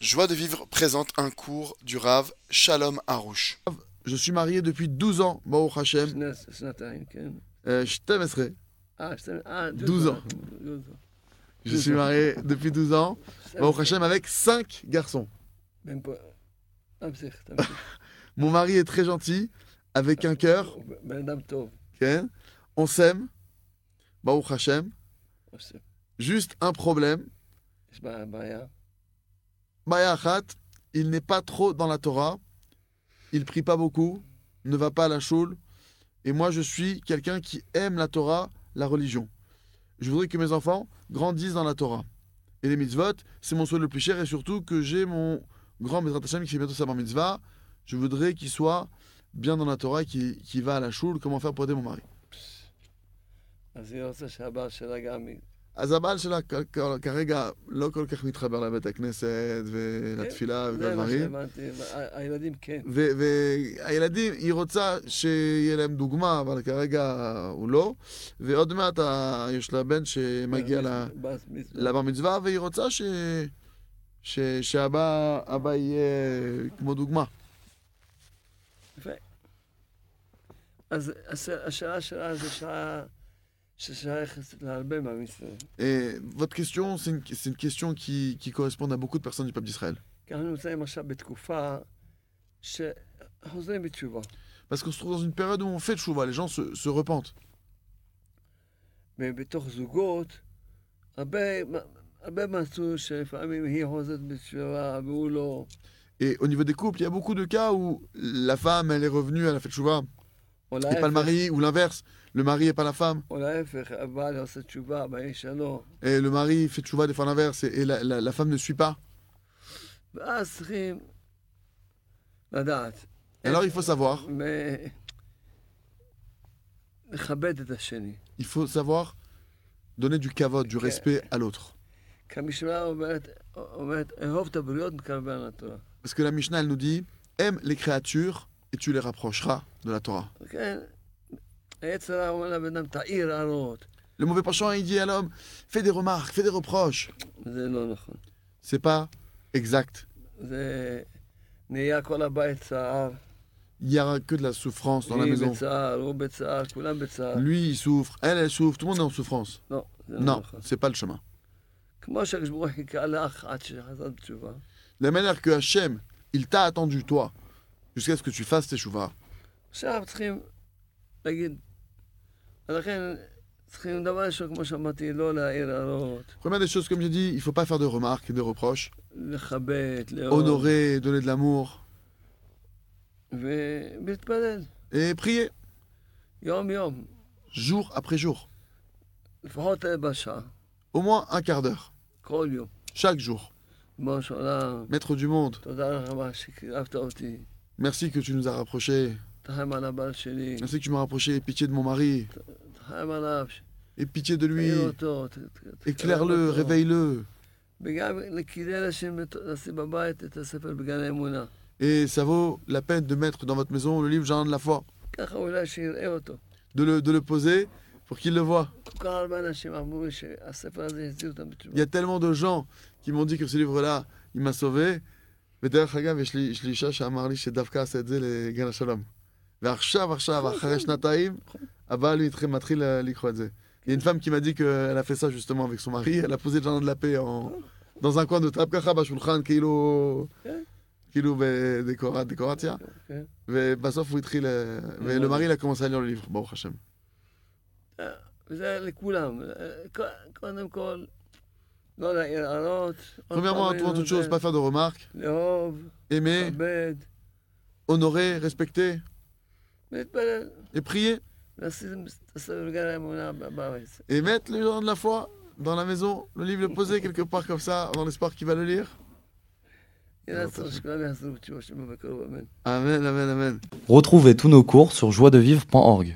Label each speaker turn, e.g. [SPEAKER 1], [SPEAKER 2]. [SPEAKER 1] Joie de vivre présente un cours du Rav Shalom Harouche.
[SPEAKER 2] Je suis marié depuis 12 ans, Baruch Hashem.
[SPEAKER 3] שנת, שנתיים, כן?
[SPEAKER 2] Euh, שתים עשרה.
[SPEAKER 3] אה, שתיים- אה,
[SPEAKER 2] 12 ans.
[SPEAKER 3] 12 ans.
[SPEAKER 2] Je suis marié depuis 12 ans, Baruch Hashem, avec 5 garçons.
[SPEAKER 3] בן פה- תמשיך, תמשיך.
[SPEAKER 2] Mon mari est très gentil, avec un cœur.
[SPEAKER 3] בן אדם טוב.
[SPEAKER 2] ok On s'aime, Baruch Hashem.
[SPEAKER 3] עושה.
[SPEAKER 2] Juste un problème,
[SPEAKER 3] יש בעיה- בעיה.
[SPEAKER 2] Maya Achat, il n'est pas trop dans la Torah, il prie pas beaucoup, ne va pas à la choule, et moi je suis quelqu'un qui aime la Torah, la religion. Je voudrais que mes enfants grandissent dans la Torah. Et les mitzvot, c'est mon souhait le plus cher, et surtout que j'ai mon grand Bezrat Hashem qui fait bientôt sa bar mitzvah, je voudrais qu'il soit bien dans la Torah, et qu'il qu'il va à la choule, comment faire pour aider mon mari.
[SPEAKER 3] אז היא רוצה שהבעל שלה גם... י-
[SPEAKER 2] אז הבעל שלה כ- כ- כרגע לא כל כך מתחבר לבית הכנסת ולתפילה וכל
[SPEAKER 3] זה מה
[SPEAKER 2] הדברים.
[SPEAKER 3] שהבנתי, ה- הילדים כן.
[SPEAKER 2] ו- והילדים, היא רוצה שיהיה להם דוגמה, אבל כרגע הוא לא. ועוד מעט ה- יש לה בן שמגיע ל-
[SPEAKER 3] בת מצווה.
[SPEAKER 2] לבר מצווה, והיא רוצה ש... ש... שהבא הבא יהיה כמו דוגמה.
[SPEAKER 3] יפה. אז הש- השאלה שלה זו שעה ששייכת להרבה מהמצוות.
[SPEAKER 2] אה, Votre question, c'est une, c'est une question qui, qui correspond à beaucoup de personnes du peuple d'Israël.
[SPEAKER 3] כי אנחנו נמצאים עכשיו בתקופה שחוזרים בתשובה.
[SPEAKER 2] Parce qu'on se trouve dans une période où on fait tchouva, les gens se, se repentent.
[SPEAKER 3] ובתוך זוגות, הרבה, הרבה מצאו שלפעמים היא חוזרת בתשובה והוא לא.
[SPEAKER 2] Et au niveau des couples, il y a beaucoup de cas où la femme, elle est revenue, elle a fait tchouva,
[SPEAKER 3] או
[SPEAKER 2] et pas le
[SPEAKER 3] להפך,
[SPEAKER 2] mari, ou l'inverse, le mari et pas la femme.
[SPEAKER 3] או להפך, הבעל עושה תשובה, באיש שלו.
[SPEAKER 2] Et le mari fait tchouva des fois l'inverse et, et la, la- la femme ne suit pas.
[SPEAKER 3] ואז צריכים לדעת.
[SPEAKER 2] Alors il faut savoir,
[SPEAKER 3] מ- לכבד את השני.
[SPEAKER 2] il faut savoir donner du kavod, du
[SPEAKER 3] Ok.
[SPEAKER 2] respect à l'autre.
[SPEAKER 3] כי המשנה אומרת, אומרת, אהוב את הבריות מקרבן התורה.
[SPEAKER 2] Parce que la Mishnah, elle nous dit aime les créatures et tu les rapprocheras de la Torah.
[SPEAKER 3] כן, היצר הרע אומר לבן אדם, תעיר הרעות.
[SPEAKER 2] Le mauvais penchant, il dit à l'homme fais des remarques, fais des reproches.
[SPEAKER 3] זה לא נכון.
[SPEAKER 2] C'est pas exact.
[SPEAKER 3] זה נהיה כל הבית צער.
[SPEAKER 2] Il y aura que de la souffrance dans la
[SPEAKER 3] היא
[SPEAKER 2] maison.
[SPEAKER 3] בצער, הוא בצער, כולם בצער.
[SPEAKER 2] Lui, il souffre, elle, elle souffre, tout le monde est en souffrance.
[SPEAKER 3] לא, זה לא
[SPEAKER 2] Non,
[SPEAKER 3] נכון.
[SPEAKER 2] c'est pas le chemin.
[SPEAKER 3] כמו שהקדוש ברוך הוא חיכה לך עד שחזרת בתשובה,
[SPEAKER 2] De la manière que Hachem, il t'a attendu, toi, jusqu'à ce que tu fasses tes chouvas.
[SPEAKER 3] עכשיו צריכים להגיד, ולכן צריכים דבר ראשון, כמו שאמרתי, לא להעיר הרעות,
[SPEAKER 2] Première des choses, comme j'ai dit, il faut pas faire de remarques et de reproches.
[SPEAKER 3] לכבד, לאהוב,
[SPEAKER 2] honorer, donner de l'amour
[SPEAKER 3] ולהתפלל,
[SPEAKER 2] et prier
[SPEAKER 3] יום-יום,
[SPEAKER 2] jour après jour,
[SPEAKER 3] לפחות רבע שעה,
[SPEAKER 2] au moins un quart d'heure,
[SPEAKER 3] כל יום.
[SPEAKER 2] chaque jour.
[SPEAKER 3] ריבונו של עולם,
[SPEAKER 2] Maître du monde,
[SPEAKER 3] תודה רבה שקירבת אותי,
[SPEAKER 2] merci que tu nous as rapprochés,
[SPEAKER 3] תחם על הבעל שלי,
[SPEAKER 2] merci que tu m'as rapproché, et pitié de mon mari,
[SPEAKER 3] תחם עליו,
[SPEAKER 2] et pitié de lui,
[SPEAKER 3] תעיר אותו, ת- ת-
[SPEAKER 2] éclaire-le,
[SPEAKER 3] תקרב אותו.
[SPEAKER 2] réveille-le,
[SPEAKER 3] וגם לכדאי לשים לשים בבית את הספר בגן האמונה.
[SPEAKER 2] et ça vaut la peine de mettre dans votre maison le livre Jardin de la foi,
[SPEAKER 3] ככה אולי שיראה אותו.
[SPEAKER 2] de le, de le poser pour qu'il le voie.
[SPEAKER 3] כל כך הרבה אנשים אמרו לי שהספר הזה החזיר אותם
[SPEAKER 2] Il
[SPEAKER 3] בתשובה.
[SPEAKER 2] y a tellement de gens qui m'ont dit que ce livre-là, il m'a sauvé. ודרך אגב, יש לי, יש לי אישה שאמר לי שדווקא עשה את זה לגן השלום. ועכשיו, עכשיו, אחרי שנתיים, הבעל מתחיל- מתחיל אה, לקרוא את זה. Il y a une femme qui m'a dit qu'elle a fait ça justement avec son mari, elle a posé le jardin de la paix en... dans un coin de trappe ככה בשולחן, כאילו...
[SPEAKER 3] כן.
[SPEAKER 2] כאילו בדקורציה,
[SPEAKER 3] כן.
[SPEAKER 2] ובסוף הוא התחיל, אה, ולו מרי לה קומסה ליאור ליבר, ברוך השם.
[SPEAKER 3] וזה לכולם. ק- קודם כל, לא להעיר הערות. לא עוד
[SPEAKER 2] Premièrement,
[SPEAKER 3] פעם
[SPEAKER 2] avant
[SPEAKER 3] ראינו
[SPEAKER 2] toute
[SPEAKER 3] את
[SPEAKER 2] chose,
[SPEAKER 3] זה.
[SPEAKER 2] pas faire de remarques,
[SPEAKER 3] לאהוב,
[SPEAKER 2] aimer,
[SPEAKER 3] לכבד,
[SPEAKER 2] honorer, respecter
[SPEAKER 3] להתפלל.
[SPEAKER 2] et prier.
[SPEAKER 3] לשים את הספר בגן האמונה בארץ.
[SPEAKER 2] et mettre les gens de la foi dans la maison, le livre le poser quelque part comme ça, dans l'espoir qu'il va le lire.
[SPEAKER 3] יהיה רצון שכולם יחזרו בתשובה שלנו בקרוב, אמן.
[SPEAKER 2] Amen, amen, amen.
[SPEAKER 4] Retrouvez tous nos cours sur joiedevivre.org.